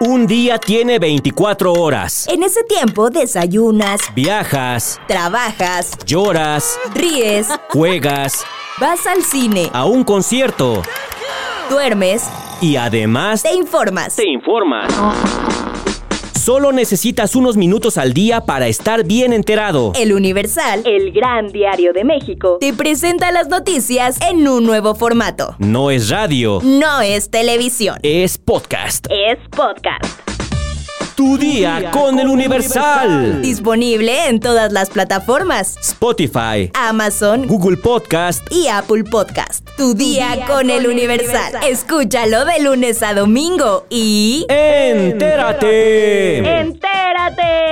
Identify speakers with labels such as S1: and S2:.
S1: Un día tiene 24 horas.
S2: En ese tiempo desayunas,
S1: Viajas,
S2: trabajas,
S1: lloras,
S2: ríes,
S1: juegas,
S2: vas al cine,
S1: a un concierto
S2: duermes,
S1: y además
S2: te informas.
S1: te informas. Solo necesitas unos minutos al día para estar bien enterado.
S2: El Universal, el gran diario de México, te presenta las noticias en un nuevo formato.
S1: No es radio,
S2: No es televisión,
S1: es podcast.
S2: es podcast.
S1: Tu día con el Universal.
S2: Disponible en todas las plataformas,
S1: Spotify,
S2: Amazon
S1: Google Podcast.
S2: y Apple Podcast. Tu día, con, el Universal. Escúchalo de lunes a domingo y...
S1: Entérate.
S2: ¡Entérate!